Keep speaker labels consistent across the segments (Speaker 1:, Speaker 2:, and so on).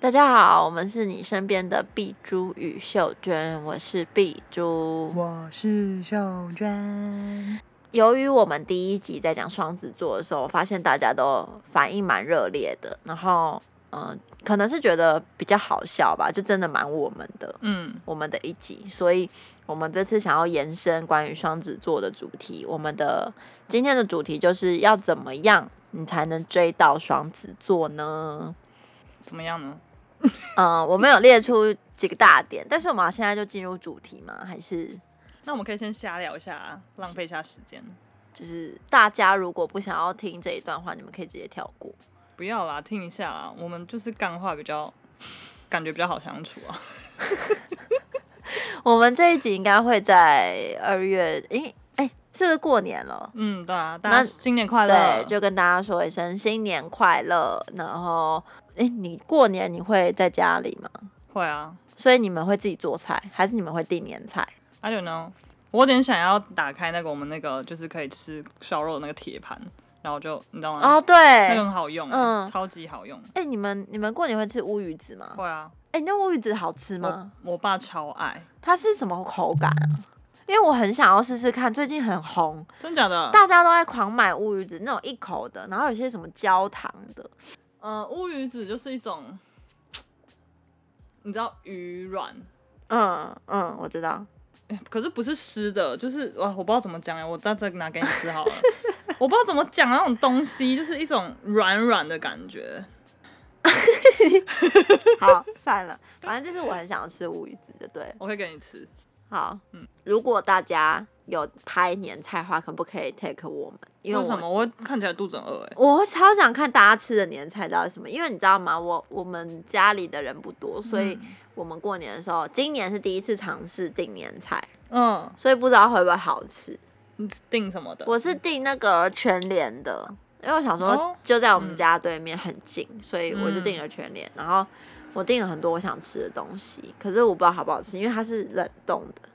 Speaker 1: 大家好，我们是你身边的碧珠与秀娟，我是碧珠。
Speaker 2: 我是秀娟，
Speaker 1: 由于我们第一集在讲双子座的时候，发现大家都反应蛮热烈的，然后嗯、呃可能是觉得比较好笑吧，就真的蛮我们的
Speaker 2: 嗯，
Speaker 1: 我们的一集，所以我们这次想要延伸关于双子座的主题，我们的今天的主题就是要怎么样你才能追到双子座呢？
Speaker 2: 怎么样呢？
Speaker 1: 嗯，我们有列出几个大点，但是我们要现在就进入主题吗？还是
Speaker 2: 那我们可以先瞎聊一下啊，浪费一下时间。
Speaker 1: 就是大家如果不想要听这一段话，你们可以直接跳过。
Speaker 2: 不要啦，听一下啦，我们就是干话比较，感觉比较好相处啊。
Speaker 1: 我们这一集应该会在二月，诶、哎、是不是过年了？
Speaker 2: 嗯，对啊，大
Speaker 1: 那
Speaker 2: 家新年快乐
Speaker 1: 对，。就跟大家说一声新年快乐。然后，诶、你过年你会在家里吗？
Speaker 2: 会啊
Speaker 1: 所以你们会自己做菜，还是你们会订年菜？
Speaker 2: ，I don't know，我有点想要打开那个我们那个就是可以吃烧肉的那个铁盘，然后就你知道吗？
Speaker 1: 哦，对，
Speaker 2: 那个
Speaker 1: 哎、
Speaker 2: 很好用，
Speaker 1: 嗯
Speaker 2: 超级好用。
Speaker 1: 你们你们过年会吃乌鱼子吗？
Speaker 2: 会啊，
Speaker 1: 哎、那乌鱼子好吃吗
Speaker 2: 我？我爸超爱，
Speaker 1: 它是什么口感啊？因为我很想要试试看，最近很红，
Speaker 2: 真假的？
Speaker 1: 大家都在狂买乌鱼子那种一口的，然后有些什么焦糖的，
Speaker 2: 呃，乌鱼子就是一种，你知道鱼卵，
Speaker 1: 嗯嗯，我知 道，
Speaker 2: 可是不是湿的，就是哇，我不知道怎么讲哎，我在这拿给你吃好了。我不知道怎么讲那种东西，就是一种软软的感觉。
Speaker 1: 好，算了，反正就是我很想要吃乌鱼子的，对，
Speaker 2: 我可以给你吃，
Speaker 1: 好，
Speaker 2: 嗯
Speaker 1: 如果大家有拍年菜的话，可不可以 take 我们？因
Speaker 2: 为
Speaker 1: 为
Speaker 2: 什
Speaker 1: 我
Speaker 2: 么？我看起来肚子很饿哎。
Speaker 1: 我超想看大家吃的年菜到底是什么，因为你知道吗？我我们家里的人不多，
Speaker 2: 嗯
Speaker 1: 所以我们过年的时候，今年是第一次尝试订年菜，
Speaker 2: 嗯，
Speaker 1: 所以不知道会不会好吃。
Speaker 2: 你订什么的？嗯
Speaker 1: 我是订那个全联的，因为我想说
Speaker 2: 哦嗯
Speaker 1: 就在我们家对面很近，所以我就订了全联。然后我订了很多我想吃的东西，可是我不知道好不好吃，因为它是冷冻的，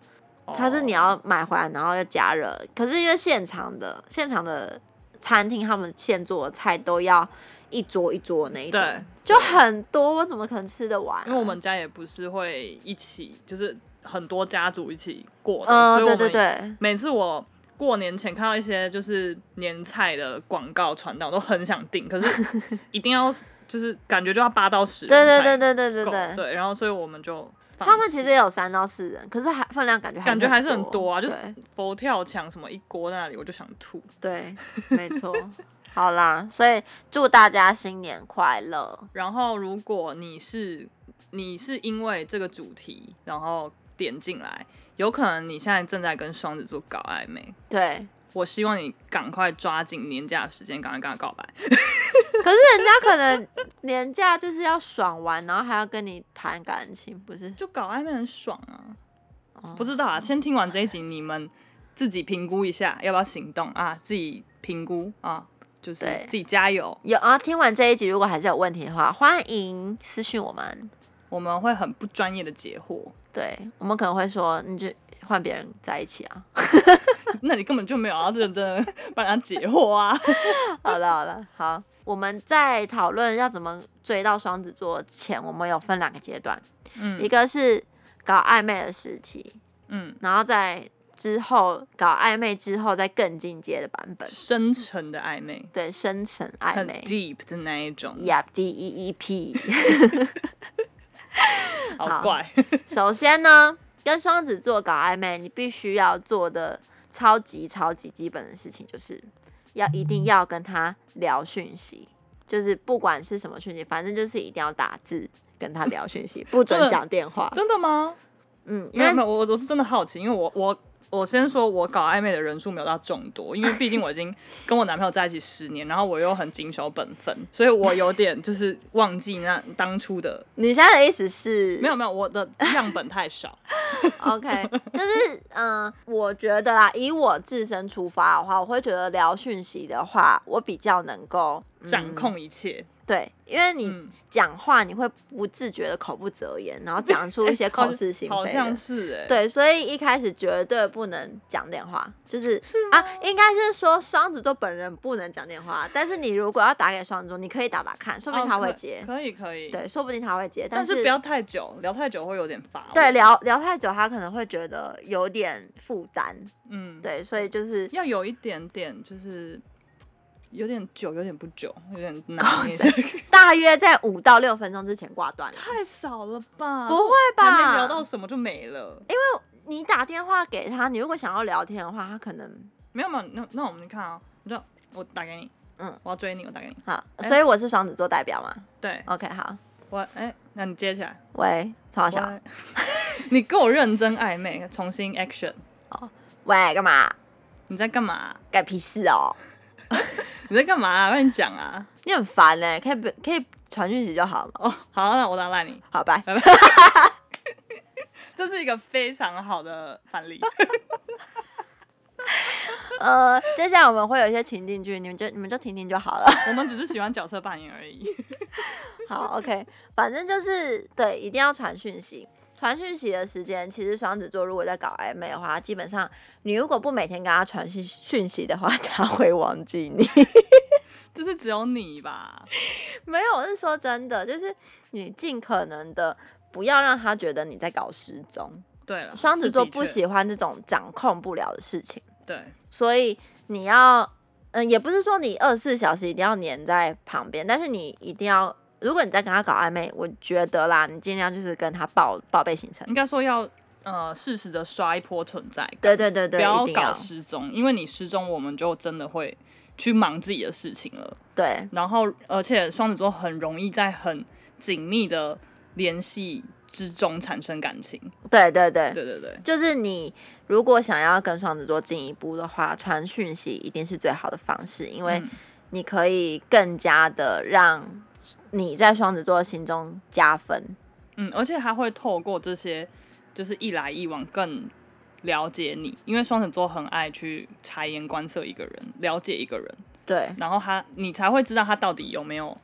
Speaker 2: 哦
Speaker 1: 它是你要买回来然后要加热。可是因为现场的现场的餐厅他们现做的菜都要一桌一桌那一种
Speaker 2: 对，
Speaker 1: 就很多，我怎么可能吃得完啊、
Speaker 2: 因为我们家也不是会一起，就是很多家族一起过的，
Speaker 1: 呃，
Speaker 2: 所以我
Speaker 1: 对
Speaker 2: 们
Speaker 1: 对对，
Speaker 2: 每次我过年前看到一些就是年菜的广告传单，我都很想订，可是一定要就是感觉就要八到十人
Speaker 1: 对对
Speaker 2: 才
Speaker 1: 对对对对
Speaker 2: 够
Speaker 1: 对。
Speaker 2: 对，然后所以我们就放
Speaker 1: 他们其
Speaker 2: 弃
Speaker 1: 实也有三到四人，可是还分量感觉还
Speaker 2: 感觉还是很多啊，就
Speaker 1: 对
Speaker 2: 佛跳墙什么一锅在那里，我就想吐。
Speaker 1: 对，没错。好啦，所以祝大家新年快乐。
Speaker 2: 然后如果你是你是因为这个主题然后点进来，有可能你现在正在跟双子座搞暧昧。
Speaker 1: 对，
Speaker 2: 我希望你赶快抓紧年假的时间，赶快跟他告白。
Speaker 1: 可是人家可能年假就是要爽完，然后还要跟你谈感情，不是？
Speaker 2: 就搞暧昧很爽啊。
Speaker 1: 哦
Speaker 2: 不知道啊，先听完这一集，你们自己评估一下要不要行动啊，自己评估啊，就是
Speaker 1: 对
Speaker 2: 自己加油。
Speaker 1: 有啊，听完这一集，如果还是有问题的话，欢迎私讯我们。
Speaker 2: 我们会很不专业的解惑，
Speaker 1: 对我们可能会说，你就换别人在一起啊。
Speaker 2: 那你根本就没有要认真的帮人家解 惑啊。
Speaker 1: 好了好了，好，我们在讨论要怎么追到双子座前，我们有分两个阶段，一
Speaker 2: 嗯
Speaker 1: 个是搞暧昧的时期，
Speaker 2: 嗯，
Speaker 1: 然后在之后搞暧昧之后再更进阶的版本，
Speaker 2: 深沉的暧昧，
Speaker 1: 对，深层暧
Speaker 2: 很
Speaker 1: 昧
Speaker 2: deep 的那一种，
Speaker 1: ，Yep D E E P。好
Speaker 2: 好怪。
Speaker 1: 首先呢，跟双子座搞暧昧，你必须要做的超级超级基本的事情，就是要一定要跟他聊讯息，就是不管是什么讯息，反正就是一定要打字跟他聊讯息，不准讲电 话。
Speaker 2: 真的吗？
Speaker 1: 嗯，因
Speaker 2: 没有没
Speaker 1: 为
Speaker 2: 有，我我是真的好奇，因为我我我先说，我搞暧昧的人数没有到众多，因为毕竟我已经跟我男朋友在一起十年，然后我又很谨守本分，所以我有点就是忘记那当初的
Speaker 1: 你现在的意思是
Speaker 2: 没有没有，我的样本太 少。
Speaker 1: OK，就是 嗯、我觉得啦，以我自身出发的话，我会觉得聊讯息的话，我比较能够、嗯
Speaker 2: 掌控一切，
Speaker 1: 对，因为你
Speaker 2: 嗯，
Speaker 1: 讲话你会不自觉的口不择言，然后讲出一些口是心
Speaker 2: 好
Speaker 1: 非
Speaker 2: 像
Speaker 1: 的。
Speaker 2: 是哎、
Speaker 1: 对，所以一开始绝对不能讲电话，就是
Speaker 2: 是吗
Speaker 1: 啊，应该是说双子座本人不能讲电话，但是你如果要打给双子座，你可以打打看，说
Speaker 2: 哦，
Speaker 1: 不定他会
Speaker 2: 可
Speaker 1: 接，
Speaker 2: 可以可以，，
Speaker 1: 对，说不定他会接，
Speaker 2: 但
Speaker 1: 是
Speaker 2: 是不要太久，聊太久会有点乏味。
Speaker 1: 对，聊聊太久，他可能会觉得有点负担，
Speaker 2: 嗯，
Speaker 1: 对，所以就是
Speaker 2: 要有一点点就是。有点久，有点不久，有点
Speaker 1: 高
Speaker 2: 难捏。
Speaker 1: 深大约在五到六分钟之前挂断了。嗯
Speaker 2: 太少了 吧？
Speaker 1: 不会
Speaker 2: 还没
Speaker 1: 吧？
Speaker 2: 聊到什么就没了。
Speaker 1: 你打电话给他，你如果想要聊天的话，他可能
Speaker 2: 没有没有，那那我们看啊，你就我打给你，
Speaker 1: 嗯，
Speaker 2: 我要追你，我打给你。
Speaker 1: 好，
Speaker 2: 哎
Speaker 1: 所以我是双子座代表嘛。
Speaker 2: 对，
Speaker 1: OK，好，
Speaker 2: 我哎、那你接起来。
Speaker 1: 喂，超小，
Speaker 2: 我 你跟我认真暧昧，重新 action。
Speaker 1: 喂，干嘛？
Speaker 2: 你在干嘛、
Speaker 1: 干屁事哦！
Speaker 2: 你在干嘛、啊？跟你讲啊。
Speaker 1: 你很烦呢、可以不可以传讯息就好嘛。
Speaker 2: 哦，好，那我打烂你。
Speaker 1: 好，拜。
Speaker 2: 这是一个非常好的反例。
Speaker 1: 呃，接下来我们会有一些情境剧，你们就你们就听听就好了。
Speaker 2: 我们只是喜欢角色扮演而已。
Speaker 1: 好，OK，反正就是对，一定要传讯息。传讯息的时间，其实双子座如果在搞暧昧的话，基本上你如果不每天跟他传讯讯息的话， 他会忘记你。
Speaker 2: 这是只有你吧？
Speaker 1: 没有，我是说真的，就是你尽可能的不要让他觉得你在搞失踪。
Speaker 2: 对了，
Speaker 1: 双子座
Speaker 2: 是的确
Speaker 1: 不。喜欢这种掌控不了的事情，
Speaker 2: 对，
Speaker 1: 所以你要，嗯，也不是说你二十四小时一定要黏在旁边，但是你一定要，如果你在跟他搞暧昧，我觉得啦，你尽量就是跟他报报备行程。
Speaker 2: 应该说要呃适时的刷一波存在感。
Speaker 1: 对对对
Speaker 2: 不
Speaker 1: 对，一
Speaker 2: 要
Speaker 1: 定
Speaker 2: 搞
Speaker 1: 要
Speaker 2: 失踪，因为你失踪，我们就真的会去忙自己的事情了。
Speaker 1: 对
Speaker 2: 然后，而且双子座很容易在很紧密的联系之中产生感情。
Speaker 1: 对对对，
Speaker 2: 对对对，
Speaker 1: 就是你如果想要跟双子座进一步的话，传讯息一定是最好的方式，因为
Speaker 2: 嗯
Speaker 1: 你可以更加的让你在双子座心中加分。
Speaker 2: 嗯，而且他会透过这些，就是一来一往更了解你，因为双子座很爱去察言观色一个人，了解一个人，
Speaker 1: 对
Speaker 2: 然后他你才会知道他到底有没有，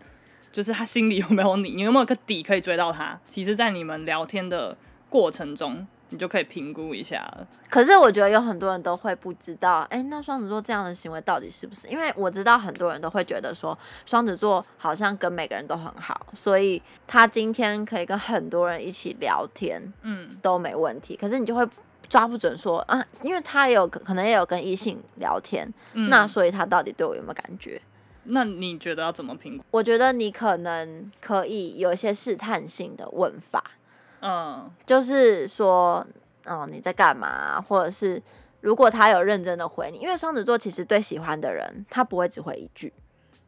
Speaker 2: 就是他心里有没有你，你有没有个底可以追到他。其实，在你们聊天的过程中，你就可以评估一下了。
Speaker 1: 可是我觉得有很多人都会不知道，哎、那双子座这样的行为到底是不是？因为我知道很多人都会觉得说，双子座好像跟每个人都很好，所以他今天可以跟很多人一起聊天
Speaker 2: 嗯，
Speaker 1: 都没问题。可是你就会抓不准说啊，因为他也有可能也有跟异性聊天，
Speaker 2: 嗯
Speaker 1: 那所以他到底对我有没有感觉？
Speaker 2: 那你觉得要怎么评估？
Speaker 1: 我觉得你可能可以有一些试探性的问法，
Speaker 2: 嗯，
Speaker 1: 就是说，哦，你在干嘛？或者是如果他有认真的回你，因为双子座其实对喜欢的人，他不会只回一句，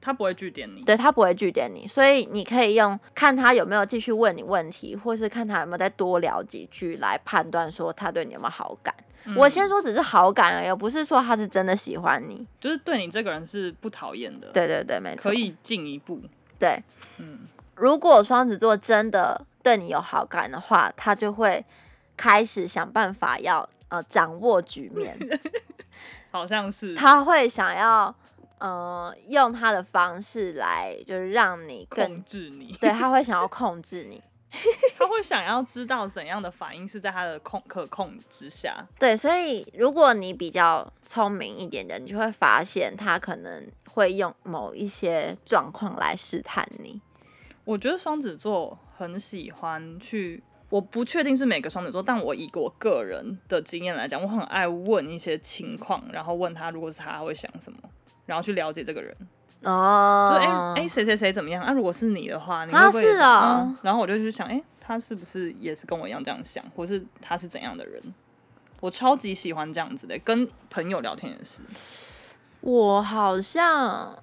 Speaker 2: 他不会拒点你。
Speaker 1: 对他不会拒点你，所以你可以用看他有没有继续问你问题，或是看他有没有再多聊几句来判断说他对你有没有好感。
Speaker 2: 嗯
Speaker 1: 我先说只是好感而已，不是说他是真的喜欢你。
Speaker 2: 就是对你这个人是不讨厌的，，
Speaker 1: 对对对，没错，
Speaker 2: 可以进一步。
Speaker 1: 对。
Speaker 2: 嗯，
Speaker 1: 如果双子座真的对你有好感的话，他就会开始想办法要呃掌握局面，
Speaker 2: 好像是
Speaker 1: 他会想要呃用他的方式来就是让你更
Speaker 2: 控制你，
Speaker 1: 对，他会想要控制你。
Speaker 2: 他会想要知道怎样的反应是在他的控可控之下。
Speaker 1: 对，所以如果你比较聪明一点的，你就会发现他可能会用某一些状况来试探你。
Speaker 2: 我觉得双子座很喜欢去，我不确定是每个双子座，但我以我个人的经验来讲，我很爱问一些情况，然后问他如果是他会想什么，然后去了解这个人。就
Speaker 1: 哦，
Speaker 2: 哎哎、诶谁谁谁怎么样啊？如果是你的话，你
Speaker 1: 啊
Speaker 2: 会不会也
Speaker 1: 是啊
Speaker 2: 嗯然后我就去想，哎、他是不是也是跟我一样这样想，或是他是怎样的人？我超级喜欢这样子的，跟朋友聊天也是。
Speaker 1: 我好像，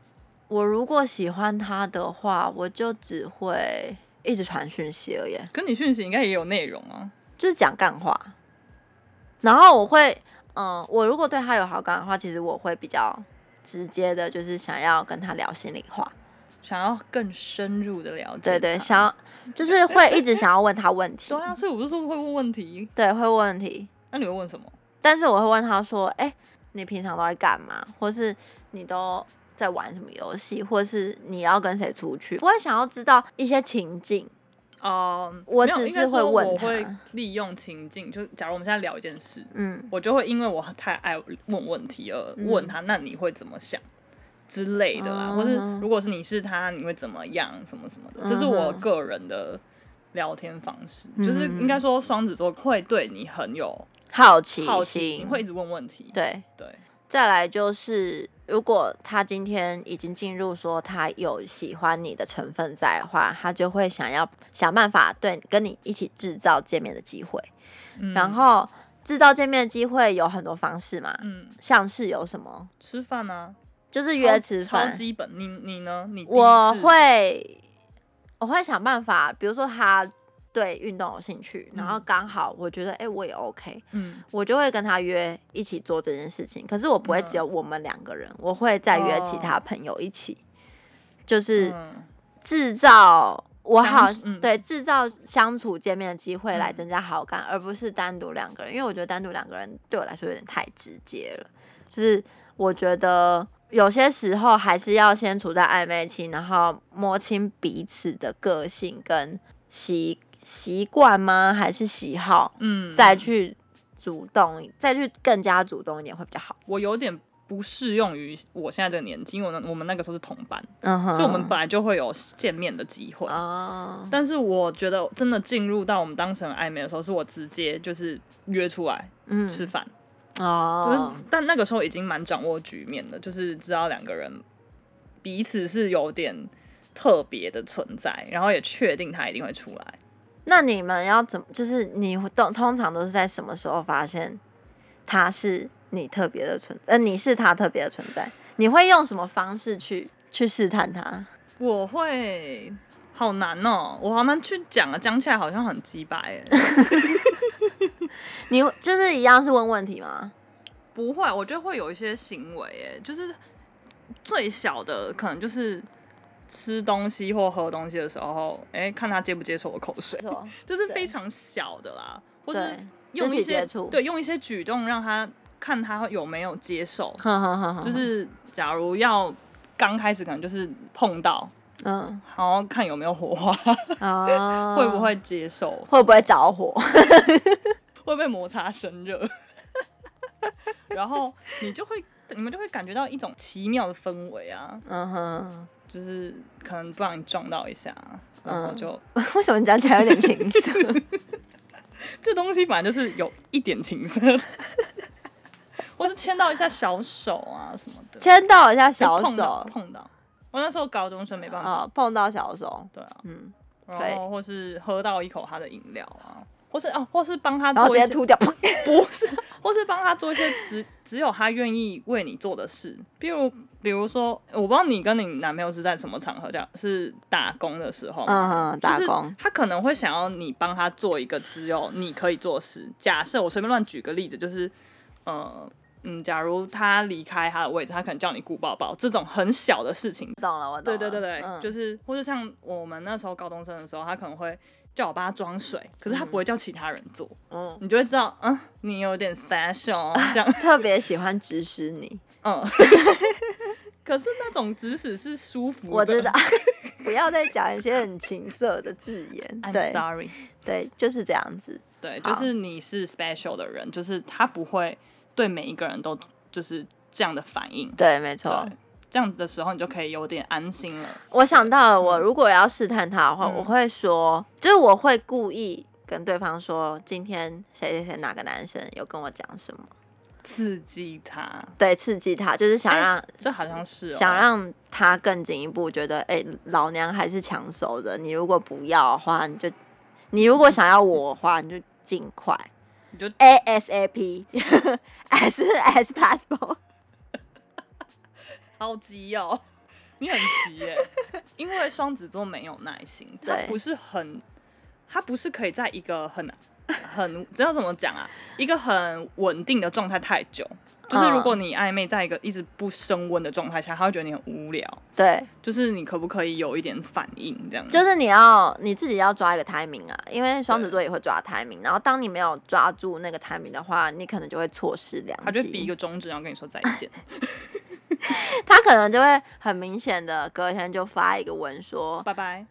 Speaker 1: 我如果喜欢他的话，我就只会一直传讯息而已，
Speaker 2: 跟你讯息应该也有内容啊，
Speaker 1: 就是讲干话。然后我会，嗯，我如果对他有好感的话，其实我会比较直接的，就是想要跟他聊心里话。
Speaker 2: 想要更深入的了解。
Speaker 1: 对对，想要就是会一直想要问他问题
Speaker 2: 对，啊，所以我不是说会问问题，
Speaker 1: 对，会问问题。
Speaker 2: 那你会问什么？
Speaker 1: 但是我会问他说：“哎、你平常都在干嘛？或是你都在玩什么游戏，或是你要跟谁出去，我会想要知道一些情境。
Speaker 2: 哦、
Speaker 1: 嗯我
Speaker 2: 没有
Speaker 1: 只
Speaker 2: 应该
Speaker 1: 是会
Speaker 2: 说
Speaker 1: 问
Speaker 2: 我
Speaker 1: 他
Speaker 2: 会利用情境，就假如我们现在聊一件事，
Speaker 1: 嗯，
Speaker 2: 我就会因为我太爱问问题而问他，那你会怎么想之类的啦，
Speaker 1: 嗯
Speaker 2: 或是如果是你是他，你会怎么样，什么什么的，这是我个人的聊天方式，
Speaker 1: 嗯
Speaker 2: 就是应该说双子座会对你很有
Speaker 1: 好奇
Speaker 2: 好奇
Speaker 1: 心
Speaker 2: 心，会一直问问题，
Speaker 1: 对。
Speaker 2: 对，
Speaker 1: 再来就是，如果他今天已经进入说他有喜欢你的成分在的话，他就会想要想办法对跟你一起制造见面的机会。
Speaker 2: 嗯
Speaker 1: 然后制造见面的机会有很多方式嘛，
Speaker 2: 嗯，
Speaker 1: 像是有什么，
Speaker 2: 吃饭啊，
Speaker 1: 就是
Speaker 2: 超
Speaker 1: 约吃
Speaker 2: 超
Speaker 1: 饭，
Speaker 2: 基本，你你呢？你第一
Speaker 1: 我
Speaker 2: 次
Speaker 1: 会我会想办法，比如说他对运动有兴趣，然后刚好我觉得哎、诶我也 OK，
Speaker 2: 嗯
Speaker 1: 我就会跟他约一起做这件事情。可是我不会只有
Speaker 2: 嗯
Speaker 1: 我们两个人，我会再约其他朋友一起，就是
Speaker 2: 哦嗯
Speaker 1: 制造。我好
Speaker 2: 相处嗯
Speaker 1: 对制造相处见面的机会来增加好感，而不是单独两个人，因为我觉得单独两个人对我来说有点太直接了。就是我觉得有些时候还是要先处在暧昧期，然后摸清彼此的个性跟习习惯吗？还是喜好，
Speaker 2: 嗯
Speaker 1: 再去主动，再去更加主动一点会比较好。
Speaker 2: 我有点不适用于我现在这个年纪，因为我那我们那个时候是同班，
Speaker 1: 嗯哼
Speaker 2: 所以我们本来就会有见面的机会。
Speaker 1: 哦，
Speaker 2: 但是我觉得真的进入到我们当时很暧昧的时候，是我直接就是约出来
Speaker 1: 嗯
Speaker 2: 吃饭，
Speaker 1: 哦
Speaker 2: 就，是但那个时候已经蛮掌握局面的，就是知道两个人彼此是有点特别的存在，然后也确定他一定会出来。
Speaker 1: 那你们要怎么？就是你通通常都是在什么时候发现他是你特别的存呃，你是他特别的存在？你会用什么方式去去试探他？
Speaker 2: 我会好难哦，我好难去讲啊，讲起来好像很鸡掰哎。
Speaker 1: 你就是一样是问问题吗？
Speaker 2: 不会，我觉得会有一些行为，哎，就是最小的可能就是吃东西或喝东西的时候，哎，看他接不接受我口水
Speaker 1: 没，错，
Speaker 2: 这是
Speaker 1: 对
Speaker 2: 非常小的啦，或是
Speaker 1: 对，肢
Speaker 2: 用一
Speaker 1: 体
Speaker 2: 些
Speaker 1: 接触，，
Speaker 2: 对用一些举动让他看他有没有接受，
Speaker 1: 哼哼哼哼，
Speaker 2: 就是假如要刚开始可能就是碰到，
Speaker 1: 嗯，
Speaker 2: 然后看有没有火花，
Speaker 1: 哦，
Speaker 2: 会不会接受，
Speaker 1: 会不会着火？
Speaker 2: 会被摩擦生热， 然后你就会你们就会感觉到一种奇妙的氛围啊，
Speaker 1: 嗯哼，
Speaker 2: 就是可能不让你撞到一下，然
Speaker 1: 嗯
Speaker 2: 后就、
Speaker 1: 为什么你讲起来有点情 色？
Speaker 2: 这东西本来就是有一点情色的， 或是牵到一下小手啊什么的，
Speaker 1: 牵到一下
Speaker 2: 就
Speaker 1: 小
Speaker 2: 碰到
Speaker 1: 手，
Speaker 2: 碰到。我那时候高中生没办法，
Speaker 1: 哦，碰到小手，
Speaker 2: 对啊，
Speaker 1: 嗯，
Speaker 2: 然后或是喝到一口他的饮料啊，或是哦，或是帮他
Speaker 1: 然后
Speaker 2: 做
Speaker 1: 直接
Speaker 2: 一 些，
Speaker 1: 吐掉，砰
Speaker 2: 不是，或是帮他做一些只 只有他愿意为你做的事，比如比如说，我不知道你跟你男朋友是在什么场合，这样是打工的时候吗，
Speaker 1: 嗯哼，打
Speaker 2: 就
Speaker 1: 工
Speaker 2: 是，他可能会想要你帮他做一个只有你可以做的事。假设我随便乱举个例子，就是，呃，嗯，假如他离开他的位置，他可能叫你顾抱抱，这种很小的事情。
Speaker 1: 懂了，我懂
Speaker 2: 对
Speaker 1: 了，
Speaker 2: 对对对，
Speaker 1: 嗯
Speaker 2: 就是或者像我们那时候高中生的时候，他可能会叫我帮他装水，可是他不会叫其他人做，
Speaker 1: 嗯，，
Speaker 2: 你就会知道，嗯，你有点 special 哦这样
Speaker 1: 特别喜欢指使 你，
Speaker 2: 嗯。可是那种指使是舒服的，
Speaker 1: 我知道。 不要再讲一些很情色的字眼，
Speaker 2: I'm
Speaker 1: 对
Speaker 2: sorry，
Speaker 1: 对，就是这样子。
Speaker 2: 对，
Speaker 1: 好
Speaker 2: 就是你是 special 的人，就是他不会对每一个人都就是这样的反应。
Speaker 1: 对，没错
Speaker 2: 对。，这样子的时候你就可以有点安心了。
Speaker 1: 我想到了，
Speaker 2: 嗯
Speaker 1: 我如果要试探他的话，我会说，就是我会故意跟对方说，今天谁谁谁哪个男生有跟我讲什么，
Speaker 2: 刺激他，
Speaker 1: 对，刺激他，就是想让、
Speaker 2: 哎这好像是、哦、
Speaker 1: 想让他更进一步，觉得哎、老娘还是抢手的，你如果不要的话，你就你如果想要我的话，你就尽快
Speaker 2: 你就
Speaker 1: ASAP as soon as possible。
Speaker 2: 超急哦， 你很急 耶，因为双子座没有耐心，他
Speaker 1: 对
Speaker 2: 不是很，他不是可以在一个很很知道怎么讲啊，一个很稳定的状态太久。就是
Speaker 1: 嗯
Speaker 2: 如果你暧昧在一个一直不升温的状态下，他会觉得你很无聊。
Speaker 1: 对，
Speaker 2: 就是你可不可以有一点反应这样？
Speaker 1: 就是你要你自己要抓一个 timing 啊，因为双子座也会抓 timing，然后当你没有抓住那个 timing 的话，你可能就会错失良
Speaker 2: 他就会比一
Speaker 1: 机。
Speaker 2: 个中指，然后跟你说再见。
Speaker 1: 他可能就会很明显的隔天就发一个文说，
Speaker 2: 拜拜，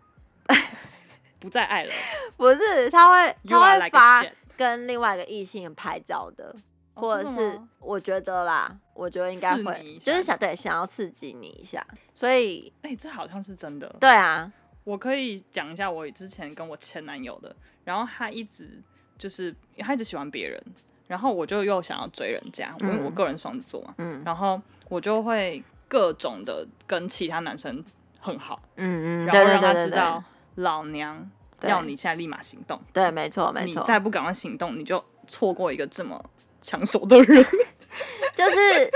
Speaker 2: 不再爱了。
Speaker 1: 不是，他会他
Speaker 2: You are
Speaker 1: 会
Speaker 2: like
Speaker 1: 发
Speaker 2: a shit
Speaker 1: 跟另外一个异性拍照的，
Speaker 2: 哦
Speaker 1: 或者
Speaker 2: 真的
Speaker 1: 是
Speaker 2: 吗
Speaker 1: 我觉得啦，我觉得应该
Speaker 2: 刺
Speaker 1: 会
Speaker 2: 你一，下
Speaker 1: 就是想对想要刺激你一下，所以
Speaker 2: 哎、这好像是真的。
Speaker 1: 对啊，
Speaker 2: 我可以讲一下我之前跟我前男友的，然后他一直就是他一直喜欢别人，然后我就又想要追人家，因为
Speaker 1: 嗯
Speaker 2: 我个人双子座嘛，
Speaker 1: 嗯
Speaker 2: 然后我就会各种的跟其他男生很好，
Speaker 1: 嗯嗯，
Speaker 2: 然
Speaker 1: 对
Speaker 2: 后
Speaker 1: 对
Speaker 2: 让
Speaker 1: 对
Speaker 2: 他
Speaker 1: 对
Speaker 2: 知道
Speaker 1: 对，
Speaker 2: 老娘
Speaker 1: 对
Speaker 2: 要你现在立马行动，
Speaker 1: 对，没错没
Speaker 2: 你
Speaker 1: 错，
Speaker 2: 再不赶快行动，你就错过一个这么抢手的人。
Speaker 1: 就是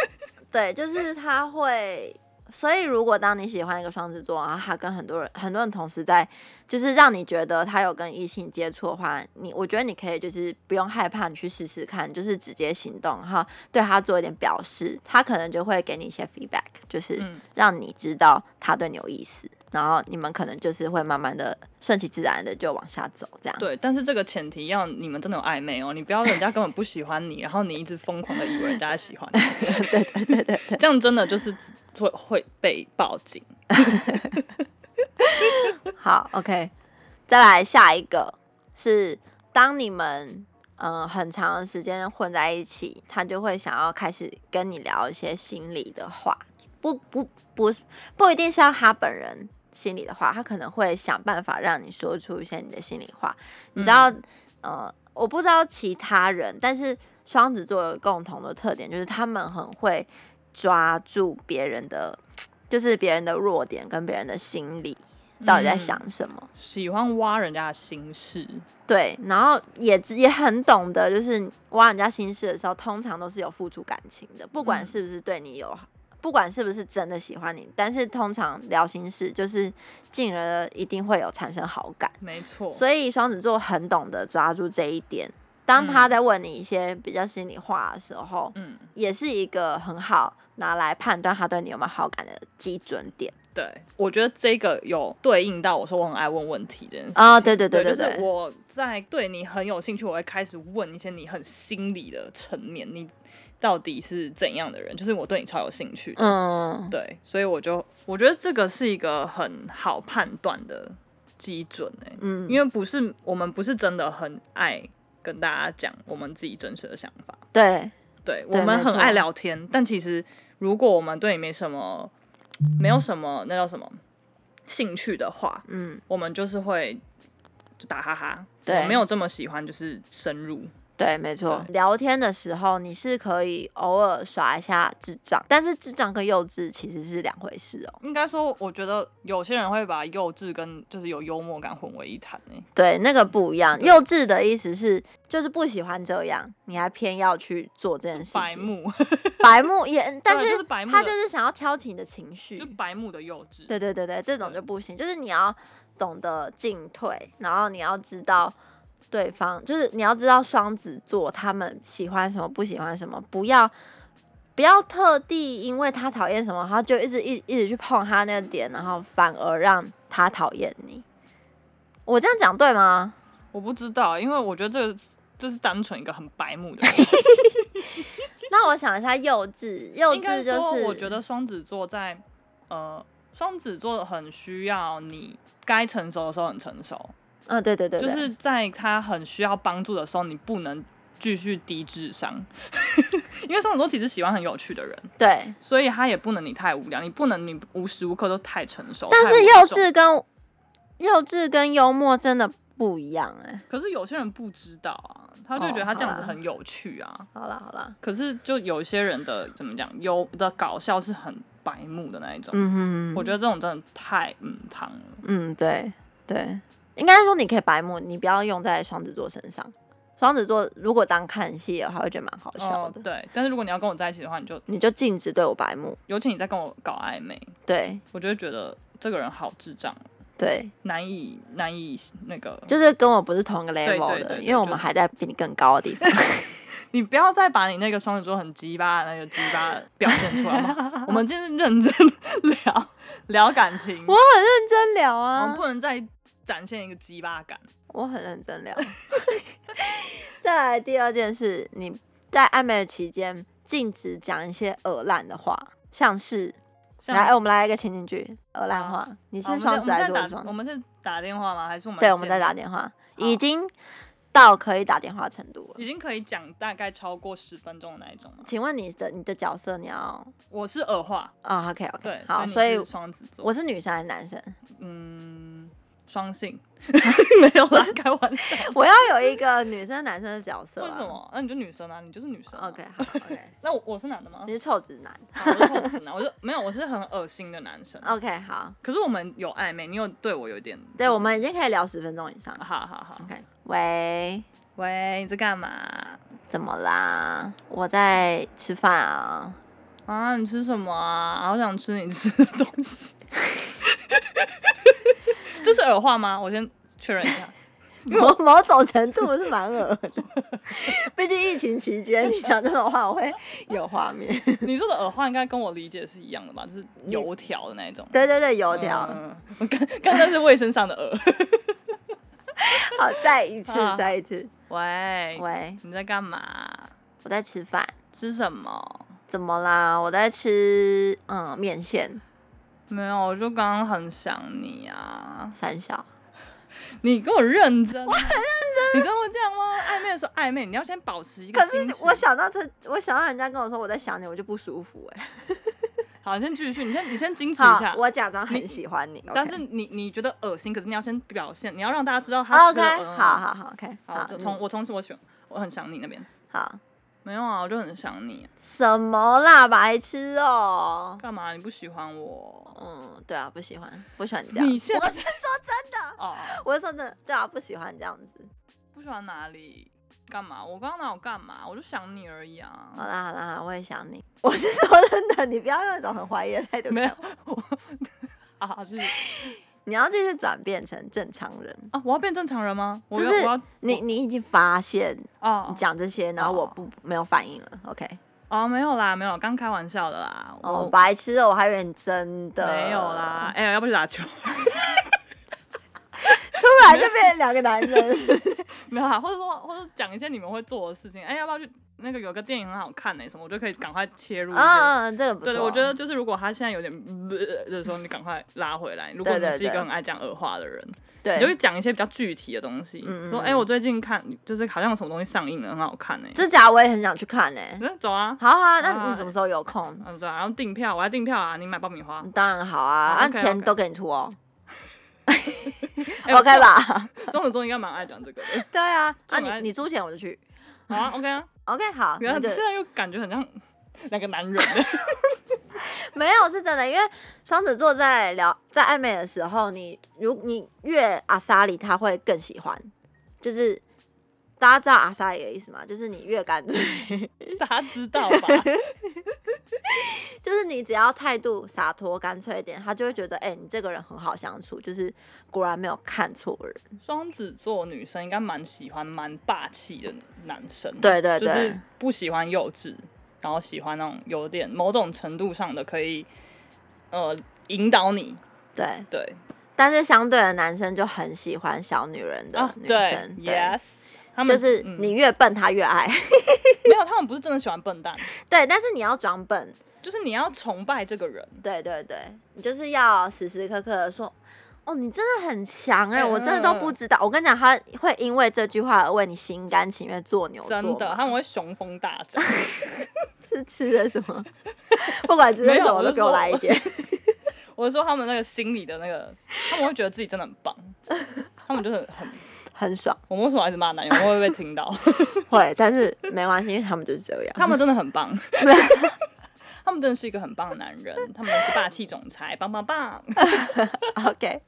Speaker 1: 对，就是他会。所以，如果当你喜欢一个双子座，然后他跟很多人、很多人同时在，就是让你觉得他有跟异性接触的话，你我觉得你可以就是不用害怕，你去试试看，就是直接行动，然后对他做一点表示，他可能就会给你一些 feedback，就是
Speaker 2: 嗯
Speaker 1: 让你知道他对你有意思，然后你们可能就是会慢慢的顺其自然的就往下走，这样。
Speaker 2: 对，但是这个前提要你们真的有暧昧哦，你不要人家根本不喜欢你，然后你一直疯狂的以为人家在喜欢你，对对对对，这样真的就是只会会被报警。
Speaker 1: 好，OK，再来下一个是当你们嗯、呃很长的时间混在一起，他就会想要开始跟你聊一些心里的话，不不不不一定是要他本人心里的话，他可能会想办法让你说出一些你的心里话。你知道，呃，我不知道其他人，但是双子座有共同的特点就是他们很会抓住别人的，就是别人的弱点跟别人的心理。到底在想什么？
Speaker 2: 喜欢挖人家的心事，
Speaker 1: 对，然后也知也很懂得，就是挖人家心事的时候，通常都是有付出感情的，不管
Speaker 2: 嗯
Speaker 1: 是不是对你有，不管是不是真的喜欢你，但是通常聊心事就是进而一定会有产生好感，
Speaker 2: 没错，
Speaker 1: 所以双子座很懂得抓住这一点。当他在问你一些比较心里话的时候，
Speaker 2: 嗯，
Speaker 1: 也是一个很好拿来判断他对你有没有好感的基准点。
Speaker 2: 对，我觉得这个有对应到我说我很爱问问题这件事情
Speaker 1: 啊对对对对
Speaker 2: 对就是
Speaker 1: 对
Speaker 2: 我在对你很有兴趣，我会开始问一些你很心理的层面，你到底是怎样的人？就是我对你超有兴趣，
Speaker 1: 嗯，
Speaker 2: 对，所以我就我觉得这个是一个很好判断的基准哎、
Speaker 1: 嗯
Speaker 2: 因为不是我们不是真的很爱跟大家讲我们自己真实的想法，
Speaker 1: 对，
Speaker 2: 对
Speaker 1: 对
Speaker 2: 我们
Speaker 1: 没
Speaker 2: 很
Speaker 1: 错
Speaker 2: 爱聊天，但其实如果我们对你没什么没有什么那叫什么兴趣的话，
Speaker 1: 嗯，
Speaker 2: 我们就是会就打哈哈，
Speaker 1: 对
Speaker 2: 我没有这么喜欢就是深入，
Speaker 1: 对，没错。聊天的时候，你是可以偶尔耍一下智障，但是智障跟幼稚其实是两回事哦。
Speaker 2: 应该说我觉得有些人会把幼稚跟就是有幽默感混为一谈哎、
Speaker 1: 对，那个不一样。
Speaker 2: 对
Speaker 1: 幼稚的意思是，就是不喜欢这样，你还偏要去做这件事情。
Speaker 2: 白，目。
Speaker 1: 白目也，但
Speaker 2: 对就是是白目
Speaker 1: 他
Speaker 2: 的
Speaker 1: 就是想要挑起你的情绪
Speaker 2: 就。白目的幼稚。
Speaker 1: 对对对对，这种就不行。就是你要懂得进退，然后你要知道对方，就是你要知道双子座他们喜欢什么，不喜欢什么，不要不要特地因为他讨厌什么，然后就一直一一直去碰他那个点，然后反而让他讨厌你。我这样讲对吗？
Speaker 2: 我不知道，因为我觉得这个这是单纯一个很白目的人。
Speaker 1: 那我想一下，幼稚，幼
Speaker 2: 应该
Speaker 1: 稚就
Speaker 2: 说，
Speaker 1: 是
Speaker 2: 我觉得双子座在呃，双子座很需要你该成熟的时候很成熟，
Speaker 1: 嗯，对对对对，
Speaker 2: 就是在他很需要帮助的时候，你不能继续低智商。 因为双子座其实喜欢很有趣的人，
Speaker 1: 对。
Speaker 2: 所以他也不能你太无聊，你不能你无时无刻都太成熟。
Speaker 1: 但
Speaker 2: 太
Speaker 1: 是
Speaker 2: 稳
Speaker 1: 幼
Speaker 2: 重，
Speaker 1: 稚跟幼稚跟幽默真的不一样哎、
Speaker 2: 可是有些人不知道啊，他就觉得
Speaker 1: 哦
Speaker 2: 他这样
Speaker 1: 好
Speaker 2: 子
Speaker 1: 啦
Speaker 2: 很有趣啊。
Speaker 1: 好啦好啦，
Speaker 2: 可是就有一些人的怎么讲，有的搞笑是很白目的那一种。
Speaker 1: 嗯哼，
Speaker 2: 我觉得这种真的太嗯汤了。
Speaker 1: 嗯，对对，应该说你可以白目，你不要用在双子座身上。双子座如果当看戏的话，会觉得蛮好笑
Speaker 2: 哦
Speaker 1: 的。，
Speaker 2: 对。但是如果你要跟我在一起的话，你就
Speaker 1: 你就禁止对我白目，
Speaker 2: 尤其你在跟我搞暧昧，
Speaker 1: 对
Speaker 2: 我就会觉得这个人好智障，
Speaker 1: 对，
Speaker 2: 难以难以那个。
Speaker 1: 就是跟我不是同一个 level 的，
Speaker 2: 对对
Speaker 1: 因为我们
Speaker 2: 就
Speaker 1: 还在比你更高的地方。
Speaker 2: 你不要再把你那个双子座很鸡巴的那个鸡巴表现出来 嘛。我们今天是认真聊聊感情，
Speaker 1: 我
Speaker 2: 我
Speaker 1: 很认真聊啊，
Speaker 2: 们不能再展现一个鸡巴感。
Speaker 1: 我很认真聊。 再来第二件事，你在暧昧的期间禁止讲一些恶烂的话。像是
Speaker 2: 像
Speaker 1: 来，我们来一个情景剧，荷兰
Speaker 2: 好
Speaker 1: 话，你
Speaker 2: 好
Speaker 1: 是双子还是我是双
Speaker 2: 我
Speaker 1: 子？
Speaker 2: 们在打我们是打电话吗？还是我们
Speaker 1: 对，
Speaker 2: 还
Speaker 1: 我们在
Speaker 2: 见
Speaker 1: 打电话，已经到可以打电话的程度了。
Speaker 2: 已经可以讲大概超过十分钟的那一种吗？
Speaker 1: 请问你的你的角色你要
Speaker 2: 我是耳话，
Speaker 1: 啊、o k
Speaker 2: 对
Speaker 1: OK，，好，
Speaker 2: 所
Speaker 1: 所
Speaker 2: 以
Speaker 1: 以
Speaker 2: 你是双子座，
Speaker 1: 我是女生还是男 生？
Speaker 2: 嗯双性，没 有啦，开玩笑。
Speaker 1: 我要有一个女生男生的角色、啊。
Speaker 2: 为什么？那、你就女生啊，你就是女生啊、
Speaker 1: ？OK，好，OK，
Speaker 2: 那我我是男的吗
Speaker 1: 你？是臭直男。
Speaker 2: 好我是同性男，我是没有，我是很恶心的男生。
Speaker 1: OK，好，
Speaker 2: 可是我们有暧昧，你有对我有点，
Speaker 1: 啊对，我们已经可以聊十分钟以上了。
Speaker 2: 好好好。
Speaker 1: OK，喂，
Speaker 2: 喂，你在干嘛？
Speaker 1: 怎么啦？我在吃饭啊。
Speaker 2: 啊，你吃什么啊？好想吃你吃的东 西。这是耳话吗？我先确认一下。
Speaker 1: 某某种程度是蛮恶的， 毕竟疫情期间你讲这种话，我会有画面。
Speaker 2: 你说的耳话应该跟我理解是一样的吧？就是油条的那一种。
Speaker 1: 对对对，油条。
Speaker 2: 嗯，我 刚刚才是卫生上的耳。
Speaker 1: 好，再一次
Speaker 2: 好，
Speaker 1: 再一次。
Speaker 2: 喂，
Speaker 1: 喂，
Speaker 2: 你在干嘛？
Speaker 1: 我在吃饭，
Speaker 2: 吃什么？
Speaker 1: 怎么啦？我在吃嗯面线
Speaker 2: 没有，我就刚刚很想你 啊！
Speaker 1: 三小。
Speaker 2: 你给我认真，我很认真。你跟我讲吗？暧昧的时候暧昧，你要先保持一个
Speaker 1: 啊可
Speaker 2: 矜
Speaker 1: 是
Speaker 2: 持
Speaker 1: 我想到这，我想到人家跟我说我在想你，我就不舒服哎、
Speaker 2: 好，先继续，你先你先矜持一
Speaker 1: 好
Speaker 2: 下，。
Speaker 1: 我假装很喜欢你，
Speaker 2: 但是你你觉得恶心，可是你要先表现，你要让大家知道他
Speaker 1: OK，
Speaker 2: 嗯
Speaker 1: 好好好，OK，
Speaker 2: 好，就从
Speaker 1: 嗯
Speaker 2: 我从此我喜欢，我很想你那边。
Speaker 1: 好
Speaker 2: 没有啊，我就很想你。
Speaker 1: 什么啦，白痴哦、
Speaker 2: 干嘛？你不喜欢我？
Speaker 1: 嗯，对啊，不喜欢，不喜欢你这样。
Speaker 2: 你现
Speaker 1: 我
Speaker 2: 在
Speaker 1: 是说真的，
Speaker 2: 哦，
Speaker 1: 我是说真的，对啊，不喜欢这样子。
Speaker 2: 不喜欢哪里？干嘛？我刚刚哪有干嘛？我就想你而 已
Speaker 1: 好
Speaker 2: 啊。
Speaker 1: 啦好啦，好啦我也想你。我是说真的，你不要用一种很怀疑的态度
Speaker 2: 没
Speaker 1: 看
Speaker 2: 有
Speaker 1: 我，
Speaker 2: 我 啊，就是
Speaker 1: 你要继续转变成正常人。
Speaker 2: 啊，我要变正常人吗？我
Speaker 1: 就
Speaker 2: 要
Speaker 1: 是
Speaker 2: 我要
Speaker 1: 你你已经发现
Speaker 2: 哦
Speaker 1: 你讲这些，然后我不没有反应了，OK？
Speaker 2: 哦，没有啦，没有，刚开玩笑的啦。
Speaker 1: 哦，
Speaker 2: 我
Speaker 1: 白痴哦，我还以为你真的
Speaker 2: 没有啦。。哎、要不去打球？
Speaker 1: 突然就变成两个男 生，
Speaker 2: 没有啦，或者说，或者讲一些你们会做的事情。哎、要不要去那个有个电影很好看呢、欸什么，我就可以赶快切入一些。
Speaker 1: 啊，这个不错。
Speaker 2: 嗯对对，我觉得就是如果他现在有点呃的时候，你赶快拉回来。如果你
Speaker 1: 对对
Speaker 2: 是一个
Speaker 1: 对
Speaker 2: 很爱讲恶话的人，
Speaker 1: 对，
Speaker 2: 你就会讲一些比较具体的东西。
Speaker 1: 嗯嗯
Speaker 2: 说，哎、我最近看，就是好像有什么东西上映了，很好看呢、欸。
Speaker 1: 这假我也很想去看呢、
Speaker 2: 嗯，走啊，
Speaker 1: 好啊，那
Speaker 2: 啊
Speaker 1: 你什么时候有空？
Speaker 2: 嗯对啊，然后订票，我要订票啊，你买爆米花。
Speaker 1: 当然好啊，
Speaker 2: 好
Speaker 1: 按
Speaker 2: ，OK，
Speaker 1: 钱
Speaker 2: OK
Speaker 1: 都给你出哦。
Speaker 2: 哎
Speaker 1: OK？吧？
Speaker 2: 我中午中午应该蛮爱讲这 个的。
Speaker 1: 对啊，
Speaker 2: 就
Speaker 1: 那
Speaker 2: 蛮
Speaker 1: 你你出钱我就去。
Speaker 2: 好啊，OK 啊。
Speaker 1: OK，好，
Speaker 2: 然
Speaker 1: 那
Speaker 2: 后
Speaker 1: 就
Speaker 2: 现在又感觉很像两个男人 欸的
Speaker 1: 没有是真的，因为双子座在聊在暧昧的时候，你如你越阿莎里，他会更喜欢。就是大家知道阿莎里的意思吗？就是你越敢追，
Speaker 2: 大家知道吧？
Speaker 1: 就是你只要态度洒脱、干脆一点，他就会觉得，哎、你这个人很好相处，就是果然没有看错人。
Speaker 2: 双子座女生应该蛮喜欢蛮霸气的男生，
Speaker 1: 对对对，
Speaker 2: 就是不喜欢幼稚，然后喜欢那种有点某种程度上的可以呃引导你，
Speaker 1: 对。
Speaker 2: 对
Speaker 1: 但是相对的，男生就很喜欢小女人的
Speaker 2: 啊，
Speaker 1: 女
Speaker 2: 对
Speaker 1: 生，对
Speaker 2: ，yes，他们
Speaker 1: 就是
Speaker 2: 嗯
Speaker 1: 你越笨他越爱。
Speaker 2: 没有，他们不是真的喜欢笨蛋，
Speaker 1: 对，但是你要装笨，
Speaker 2: 就是你要崇拜这个人，
Speaker 1: 对对对，你就是要时时刻刻的说，哦，你真的很强哎、
Speaker 2: 哎
Speaker 1: 我真的都不知道。我跟你讲，他会因为这句话而为你心甘情愿做牛做
Speaker 2: 真的，
Speaker 1: 马
Speaker 2: 他们会雄风大展。
Speaker 1: 是吃的什么？不管吃的
Speaker 2: 没
Speaker 1: 什
Speaker 2: 有
Speaker 1: 么，
Speaker 2: 我
Speaker 1: 都
Speaker 2: 是
Speaker 1: 给我
Speaker 2: 说
Speaker 1: 来一 点。
Speaker 2: 我是说他们那个心里的那个，他们会觉得自己真的很棒，他们就是很。
Speaker 1: 很爽，
Speaker 2: 我们为什么一直骂男友？我会不会被听到？
Speaker 1: 会，但是没关系，因为他们就是这样。
Speaker 2: 他们真的 很棒，他们真的是一个很棒的男人，他们是霸气总裁，棒棒棒。
Speaker 1: OK，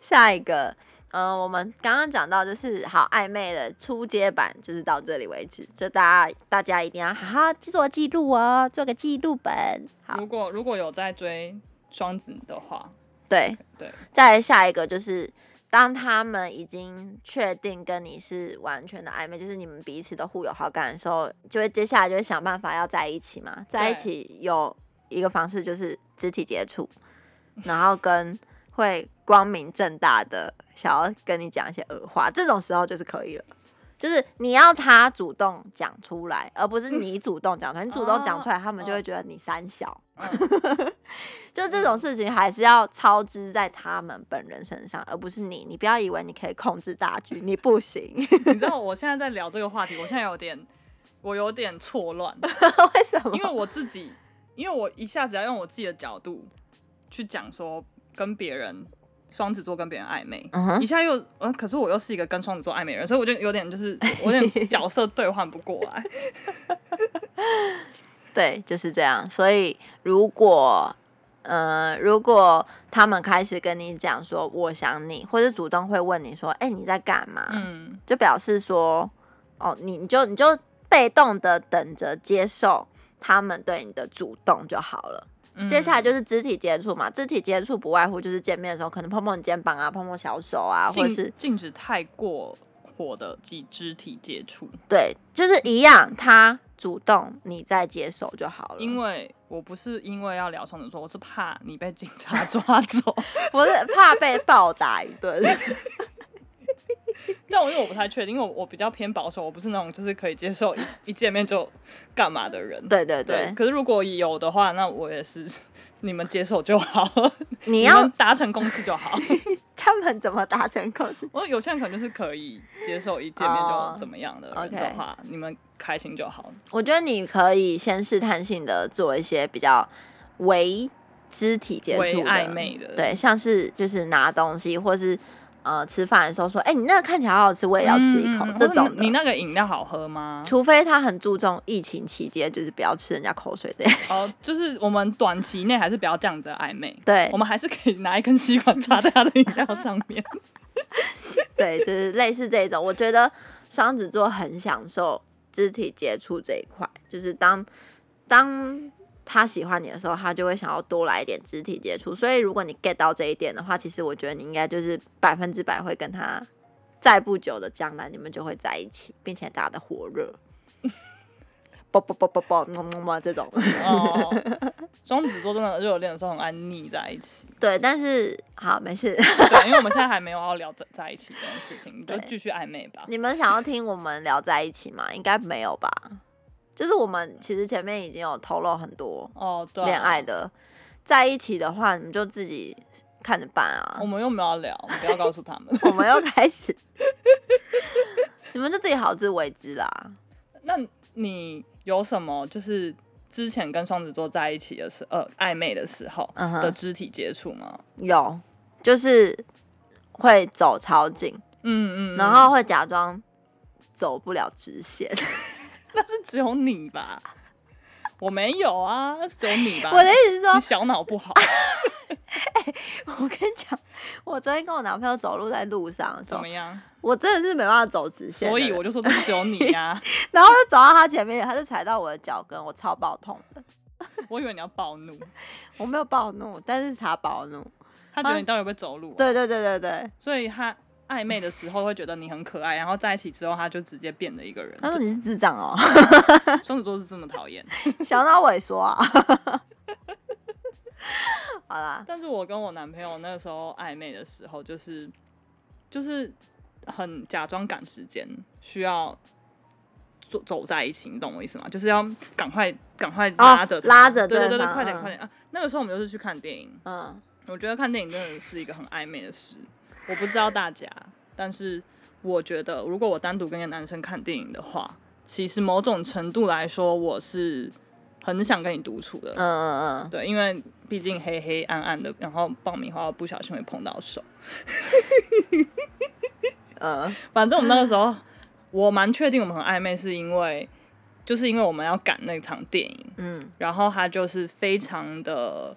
Speaker 1: 下一个，嗯、我们刚刚讲到就是好暧昧的初阶版，就是到这里为止，就大家大家一定要好好做记录哦，做个记录本。好，
Speaker 2: 如果如果有在追双子的话，
Speaker 1: 对，
Speaker 2: 对，
Speaker 1: 再来下一个就是，当他们已经确定跟你是完全的暧昧，就是你们彼此都互有好感的时候，就会接下来就会想办法要在一起嘛。在一起有一个方式就是肢体接触，然后跟会光明正大的想要跟你讲一些恶话，这种时候就是可以了。就是你要他主动讲出来，而不是你主动讲出来。你主动讲出来，他们就会觉得你三小。嗯 就这种事情还是要操之在他们本人身上，而不是你。你不要以为你可以控制大局，你不行。
Speaker 2: 你知道我现在在聊这个话题，我现在有点，我有点错乱，
Speaker 1: 为什么
Speaker 2: 因？为我自己，因为我一下子要用我自己的角度去讲说跟别人双子座跟别人暧昧，
Speaker 1: 嗯哼
Speaker 2: 一下又，呃，可是我又是一个跟双子座暧昧的人，所以我就有点就是 我有点角色兑换不过 来。
Speaker 1: 对，就是这样。所以如果，呃，如果他们开始跟你讲说我想你，或者主动会问你说，哎、你在干嘛？
Speaker 2: 嗯，
Speaker 1: 就表示说，哦，你你就你就被动的等着接受他们对你的主动就好了。
Speaker 2: 嗯
Speaker 1: 接下来就是肢体接触嘛，肢体接触不外乎就是见面的时候可能碰碰你肩膀啊，碰碰小手啊，或者
Speaker 2: 禁
Speaker 1: 是
Speaker 2: 禁止太过火的及肢体接触，
Speaker 1: 对，就是一样，他主动你再接受就好了。
Speaker 2: 因为我不是因为要聊双子座，我是怕你被警察抓走。
Speaker 1: 不是怕被暴打一顿。
Speaker 2: 但我因为我不太确定，因为我我比较偏保守，我不是那种就是可以接受一一见面就干嘛的人。
Speaker 1: 对对
Speaker 2: 对
Speaker 1: 对，
Speaker 2: 可是如果有的话，那我也是 你们接受就好，
Speaker 1: 你
Speaker 2: 你
Speaker 1: 要
Speaker 2: 们达成共识就好。
Speaker 1: 他们怎么达成共识？
Speaker 2: 我有些人可能就是可以接受一见面
Speaker 1: 哦
Speaker 2: 就怎么样的人的话你们开心就好。
Speaker 1: 我觉得你可以先试探性的做一些比较微肢体接触
Speaker 2: 微
Speaker 1: 的
Speaker 2: 暧昧的
Speaker 1: 对，像是就是拿东西，或是呃吃饭的时候说，哎、你那个看起来好好吃，我也要吃一口，
Speaker 2: 嗯
Speaker 1: 这
Speaker 2: 或
Speaker 1: 种
Speaker 2: 者
Speaker 1: 的
Speaker 2: 你。那个饮料好 喝吗？
Speaker 1: 除非他很注重疫情期间，就是不要吃人家口水这件事。
Speaker 2: 哦，就是我们短期内还是不要这样子的暧昧。
Speaker 1: 对
Speaker 2: 我们还是可以拿一根吸管插在他的饮料上 面。
Speaker 1: 对，就是类似这种。我觉得双子座很享受肢体接触这一块，就是当当他喜欢你的时候，他就会想要多来一点肢体接触。所以如果你 get 到这一点的话，其实我觉得你应该就是百分之百会跟他。在不久的将来，你们就会在一起，并且打得火热， 啵啵啵啵啵，么么么这种。
Speaker 2: 哦，双子座真的热恋的时候很爱腻在一起，
Speaker 1: 对，但是好没事。
Speaker 2: 对，因为我们现在还没有要聊在在一起这件事情，你就
Speaker 1: 对
Speaker 2: 继续暧昧吧。
Speaker 1: 你们想要听我们聊在一起吗？ 应该没有吧。就是我们其实前面已经有透露很多
Speaker 2: 哦，对啊，
Speaker 1: 恋爱的，在一起的话，你们就自己看着办啊
Speaker 2: 我。们又没有要聊，我们不要告诉他们。
Speaker 1: 我们又开始， 你们就自己好自为之啦。
Speaker 2: 那你有什么就是之前跟双子座在一起的时呃暧昧的时候
Speaker 1: 嗯哼
Speaker 2: 的肢体接触吗？
Speaker 1: 有，就是会走超近，
Speaker 2: 嗯嗯，
Speaker 1: 然后会假装走不了直线。
Speaker 2: 是只有你吧？我没有啊，那是只有你吧？
Speaker 1: 我的意思是说啊
Speaker 2: 你，小脑不好，
Speaker 1: 我跟你讲，我昨天跟我男朋友走路在路上的时
Speaker 2: 怎
Speaker 1: 候
Speaker 2: 么， 样？
Speaker 1: 我真的是没办法走直线的
Speaker 2: 所
Speaker 1: 人，
Speaker 2: 以我就说这只有你啊 呀、
Speaker 1: 然后就走到他前面，他就踩到我的脚跟，我超爆痛的。
Speaker 2: 我以为你要暴怒，
Speaker 1: 啊我没有暴怒，但是他暴怒。
Speaker 2: 他觉得你到底会不会走路啊、
Speaker 1: 对对对对对，
Speaker 2: 所以他暧昧的时候会觉得你很可爱，然后在一起之后他就直接变了一个人。
Speaker 1: 他说你是智障 哦，
Speaker 2: 就双子座是这么讨厌，
Speaker 1: 小脑萎缩啊。 好啦，
Speaker 2: 但是我跟我男朋友那时候暧昧的时候，就是就是很假装赶时间，需要走走在一起，你懂我意思吗？就是要赶快赶快拉着他、
Speaker 1: 哦拉着
Speaker 2: 对对
Speaker 1: 对
Speaker 2: 对，
Speaker 1: 方
Speaker 2: 快点
Speaker 1: 嗯
Speaker 2: 快点啊！那个时候我们就是去看电影，
Speaker 1: 嗯，
Speaker 2: 我觉得看电影真的是一个很暧昧的事。我不知道大家，但是我觉得，如果我单独跟一个男生看电影的话，其实某种程度来说，我是很想跟你独处的。
Speaker 1: 嗯嗯嗯，
Speaker 2: 对，因为毕竟黑黑暗暗的，然后爆米花不小心会碰到手。
Speaker 1: 嗯，
Speaker 2: 反正我们那个时候，我蛮确定我们很暧昧，是因为就是因为我们要赶那场电影，
Speaker 1: 嗯，
Speaker 2: 然后他就是非常的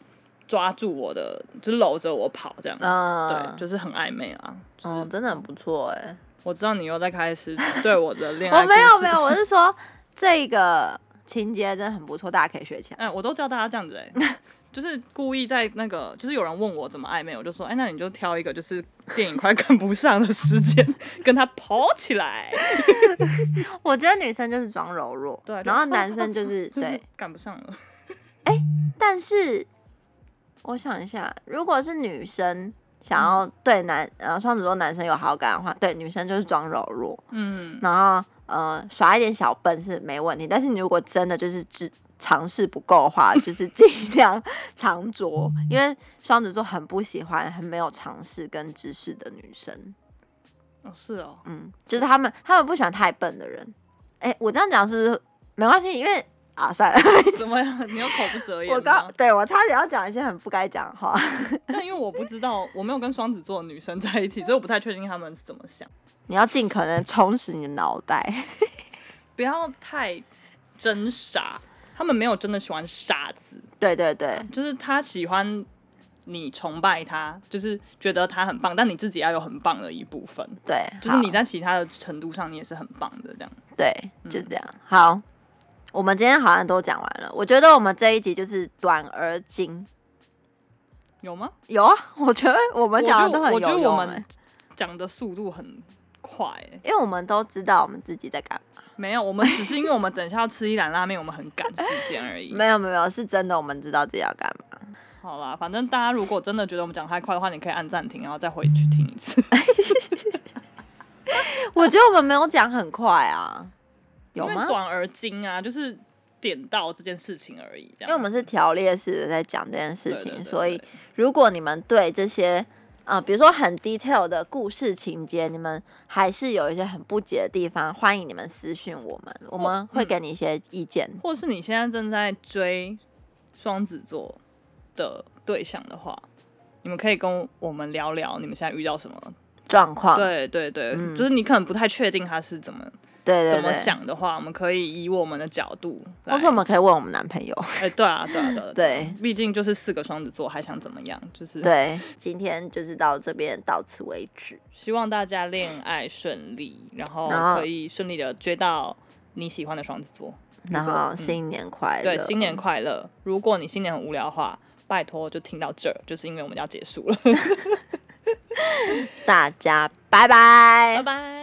Speaker 2: 抓住我的，就是搂着我跑这样。
Speaker 1: 嗯，
Speaker 2: 对，就是很暧昧啊。
Speaker 1: 哦，真的很不错哎、
Speaker 2: 我知道你又在开始对我的恋爱，
Speaker 1: 我没有没有，。我是说这个情节真的很不错，大家可以学起来。
Speaker 2: 哎，我都叫大家这样子哎、就是故意在那个，就是有人问我怎么暧昧，我就说，哎、那你就挑一个就是电影快赶不上的时间，跟他跑起来，
Speaker 1: 我觉得女生就是装柔弱，
Speaker 2: 对就
Speaker 1: 然后男生就是
Speaker 2: 就是
Speaker 1: 对，
Speaker 2: 赶 不上了。
Speaker 1: 但是我想一下，如果是女生想要对男呃双子座男生有好感的话，对女生就是装柔弱，
Speaker 2: 嗯，
Speaker 1: 然后呃耍一点小笨是没问题。但是你如果真的就是只尝试不够的话，就是尽量藏拙，因为双子座很不喜欢很没有尝试跟知识的女生。
Speaker 2: 哦是哦，
Speaker 1: 嗯，就是他们他们不喜欢太笨的人。哎，我这样讲是不是没关系？因为啊，算了，
Speaker 2: 怎么样？你又口不择 言
Speaker 1: 我
Speaker 2: 吗？
Speaker 1: 刚对我差点要讲一些很不该讲的话。
Speaker 2: 但因为我不知道，我没有跟双子座的女生在一起，所以我不太确定他们是怎么想。
Speaker 1: 你要尽可能充实你的脑袋。
Speaker 2: 不要太真傻，他们没有真的喜欢傻子，
Speaker 1: 对对对，
Speaker 2: 就是他喜欢你崇拜他，就是觉得他很棒，但你自己要有很棒的一部分，
Speaker 1: 对，
Speaker 2: 就是你
Speaker 1: 好
Speaker 2: 在其他的程度上你也是很棒的这样。
Speaker 1: 对，
Speaker 2: 嗯
Speaker 1: 就这样。好，我们今天好像都讲完了。我觉得我们这一集就是短而精。
Speaker 2: 有吗？
Speaker 1: 有啊， 我觉得我们讲的都很
Speaker 2: 我
Speaker 1: 有
Speaker 2: 觉得
Speaker 1: 用、
Speaker 2: 我觉得我
Speaker 1: 欸
Speaker 2: 们讲的速度很快、欸，
Speaker 1: 因为我们都知道我们自己在干嘛。
Speaker 2: 没有，我们只是因为我们等一下要吃一兰拉面，我们很赶时间而已。
Speaker 1: 没有没有没有，是真的，我们知道自己要干 嘛。
Speaker 2: 好啦，反正大家如果真的觉得我们讲太快的话，你可以按暂停，然后再回去听一次。
Speaker 1: 我觉得我们没有讲很快啊， 有
Speaker 2: 因为
Speaker 1: 吗？
Speaker 2: 短而精啊，就是点到这件事情而已，这
Speaker 1: 因
Speaker 2: 样。
Speaker 1: 为我们是条列式的在讲这件事
Speaker 2: 对
Speaker 1: 情，
Speaker 2: 对对
Speaker 1: 所以
Speaker 2: 对
Speaker 1: 如果你们对这些呃，比如说很 detail 的故事情节，你们还是有一些很不解的地方，欢迎你们私讯我们，我们
Speaker 2: 嗯
Speaker 1: 会给你一些意见。
Speaker 2: 或是你现在正在追双子座的对象的话，你们可以跟我们聊聊你们现在遇到什么。
Speaker 1: 状况，对
Speaker 2: 对对对，
Speaker 1: 嗯
Speaker 2: 就是你可能不太确定他是怎么
Speaker 1: 对对，
Speaker 2: 怎么想的话，我们可以以我们的角度来。
Speaker 1: 或是我们可以问我们男朋友。
Speaker 2: 哎、对啊，对 啊，对啊，
Speaker 1: 对
Speaker 2: 毕竟就是四个双子座，还想怎么样？就是
Speaker 1: 对，今天就是到这边，到此为止。
Speaker 2: 希望大家恋爱顺利，然后
Speaker 1: 然后
Speaker 2: 可以顺利的追到你喜欢的双子座。
Speaker 1: 然后新年快乐！
Speaker 2: 嗯对，新年快乐！如果你新年很无聊的话，拜托就听到这儿，就是因为我们要结束了，
Speaker 1: 大家拜哎
Speaker 2: 拜。拜。